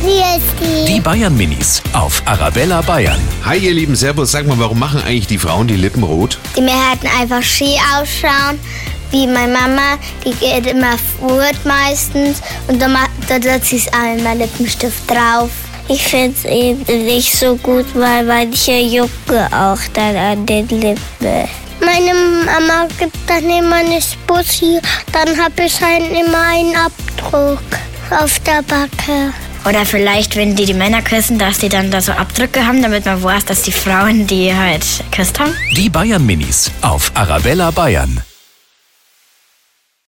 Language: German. Hier ist Die Bayern Minis auf Arabella Bayern. Hi ihr Lieben, Servus. Sag mal, warum machen eigentlich die Frauen die Lippen rot? Die Mehrheiten einfach schön ausschauen, wie meine Mama, die geht immer fort meistens und dann, ma- dann setzt sie es auch immer Lippenstift drauf. Ich finde es eben nicht so gut, weil manche jucken auch dann an den Lippen. Meine Mama gibt dann immer eine Spussi, dann habe ich halt immer einen Abdruck auf der Backe. Oder vielleicht, wenn die die Männer küssen, dass die dann da so Abdrücke haben, damit man weiß, dass die Frauen die halt geküsst haben. Die Bayern Minis auf Arabella Bayern.